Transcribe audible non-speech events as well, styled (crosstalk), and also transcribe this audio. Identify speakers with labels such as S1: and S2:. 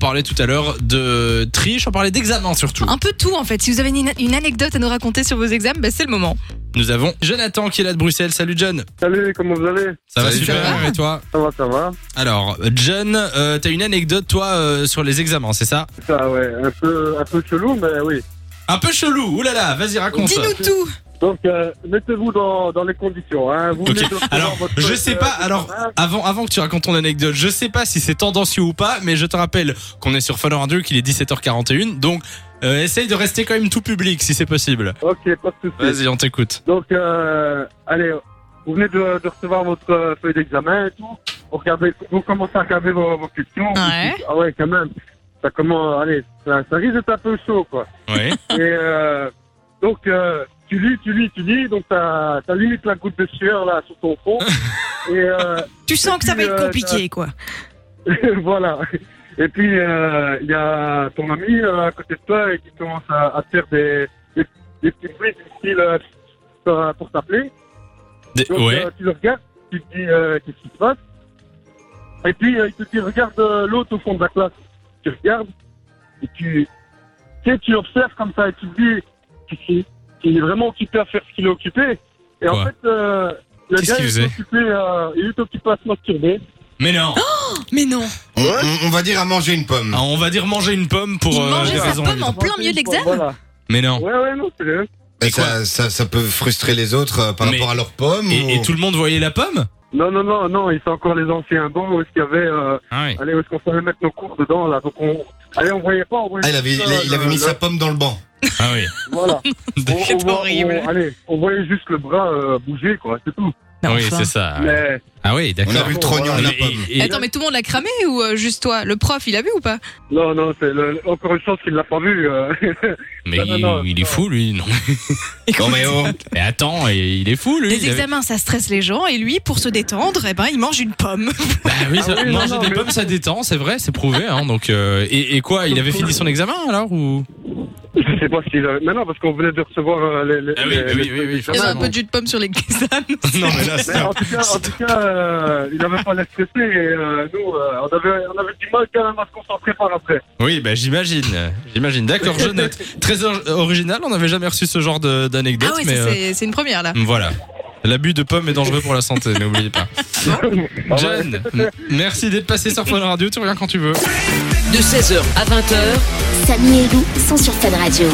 S1: parlait tout à l'heure de triche, on parlait d'examen surtout.
S2: Un peu tout en fait. Si vous avez une, une anecdote à nous raconter sur vos examens, bah, c'est le moment.
S1: Nous avons Jonathan qui est là de Bruxelles. Salut John.
S3: Salut, comment vous allez
S1: Ça va
S4: Salut,
S1: super
S2: John.
S1: et toi
S3: Ça va, ça va
S1: Alors John, euh, t'as une anecdote toi euh, sur les examens, c'est ça
S3: Ça, ouais, un peu, un peu chelou, mais oui.
S1: Un peu chelou. Oulala, vas-y raconte.
S2: Dis-nous tout.
S3: Donc, euh, mettez-vous dans, dans les conditions. Hein. Vous
S1: Ok.
S3: venez de recevoir
S1: Alors,
S3: votre
S1: je
S3: truc,
S1: sais
S3: euh,
S1: pas, alors,
S3: hein.
S1: avant, avant que tu racontes ton anecdote, je sais pas si c'est tendancieux ou pas, mais je te rappelle qu'on est sur Fun Radio, qu'il est 17h41, donc euh, essaye de rester quand même tout public si c'est possible.
S3: Ok, pas de soucis.
S1: Vas-y, on t'écoute.
S3: Donc, euh, allez, vous venez de, de recevoir votre euh, feuille d'examen et tout. Vous, regardez, vous commencez à regarder vos, vos questions.
S2: Ouais.
S3: Ah ouais, quand même. Ça commence, allez, ça, ça risque d'être un peu chaud, quoi.
S1: Oui.
S3: Et euh, donc, euh, tu lis, tu lis, tu lis. Donc, t'as t'as limite la goutte de sueur, là, sur ton
S1: (laughs)
S3: front. et... Euh,
S2: Tu sens que ça va
S3: puis,
S2: être
S3: euh,
S2: compliqué quoi.
S3: (laughs) voilà. Et puis, euh, il y a ton ami euh, à côté de toi et qui commence à, à te faire des, des, des petits bruits du style euh, pour- pour t'appeler.
S1: Des-
S3: Donc,
S1: ouais.
S3: euh, tu le regardes, tu te dis euh, qu'est-ce qui se passe. Et puis, euh, il te dit regarde euh, l'autre au fond de la classe. Tu regardes et tu, tu, sais, tu observes comme ça et tu te dis qu'il- qu'il est vraiment occupé à faire ce qu'il est occupé. Et en
S1: Quoi
S3: fait, euh, le
S1: Qu'est-ce
S3: gars
S1: qu'il
S3: il
S1: faisait
S3: est, occupé, euh, il est occupé à se masturber.
S1: Mais
S2: Oh
S1: non,
S2: Mais non.
S4: On, on- on va dire à manger une pomme.
S1: Ah, on va dire manger une pomme pour
S2: Il
S1: euh,
S2: mangeait
S1: des
S2: sa
S1: raisons
S2: pomme
S1: évidentes.
S2: En plein milieu de l'examen
S3: Voilà.
S1: Mais non.
S3: Ouais, ouais, non, sérieux.
S4: Et
S1: Et quoi
S4: ça, ça, ça peut frustrer les autres euh, par
S1: Mais-
S4: rapport à leur pomme.
S1: Et, et tout le monde voyait la pomme
S3: Non, non, non, non, ils sont encore les anciens bancs où est-ce qu'il y avait, euh,
S1: ah oui.
S3: allez, où est-ce qu'on savait mettre nos cours dedans, là. Donc on, allez, on voyait pas, on voyait
S4: Ah, il avait,
S3: juste,
S4: il, a-
S3: euh,
S4: il avait
S3: le-
S4: mis
S3: le-
S4: sa pomme dans le banc.
S1: Ah
S2: (laughs)
S1: oui.
S3: Voilà.
S4: (laughs)
S3: on,
S2: C'est
S3: on voit-
S2: horrible.
S3: on- allez, on voyait juste le bras euh, bouger, quoi, c'est tout.
S2: Mais
S1: oui,
S2: enfin.
S1: c'est ça. ouais.
S3: Mais,
S1: Ah oui,
S4: On a
S1: d'accord.
S4: vu le trognon de la
S1: Et-
S4: pomme.
S1: et- et-
S2: Attends, mais tout le monde l'a cramé ou euh, juste toi Le prof, il a vu ou pas
S3: non, non, c'est le- encore une chance qu'il l'a pas vu. euh. (laughs)
S1: mais
S3: Non, non, non,
S1: il, il est
S3: non.
S1: fou, lui. Non.
S4: Non, mais oh.
S1: Mais attends, il- il est fou, lui.
S2: Les
S1: il avait-
S2: examens, ça stresse les gens et lui, pour se détendre, eh ben, il mange une pomme.
S1: Bah oui, ça-
S3: Ah oui, non,
S1: manger
S3: non,
S1: des
S3: mais-
S1: pommes ça détend, c'est vrai, c'est prouvé. Hein, donc euh, et, et quoi, il avait fini son examen alors ou
S3: je sais pas s'il avait. Mais non, parce qu'on venait de recevoir euh, les.
S1: Ah
S4: Ah
S3: les- les- les-
S2: Il y avait un
S3: bon.
S2: peu de jus de pomme sur les (laughs) examens.
S1: Non mais là, c'est
S3: Mais en tout cas, en tout cas euh, il avait pas l'air stressé et euh, nous, euh, on, avait, on avait du mal quand même à se concentrer par après.
S1: oui, bah j'imagine, j'imagine. D'accord, je note. Très or- original, on n'avait jamais reçu ce genre de-
S2: Ah
S1: d'anecdote,
S2: oui,
S1: mais
S2: ça,
S1: euh,
S2: c'est c'est une première là.
S1: voilà. L'abus de pommes est dangereux pour la santé, (laughs) n'oubliez pas.
S3: Ah ouais.
S1: John, m- merci d'être passé sur Fun Radio, tu reviens quand tu veux.
S5: De 16h à 20h,
S6: Samy et Lou sont sur Fan Radio.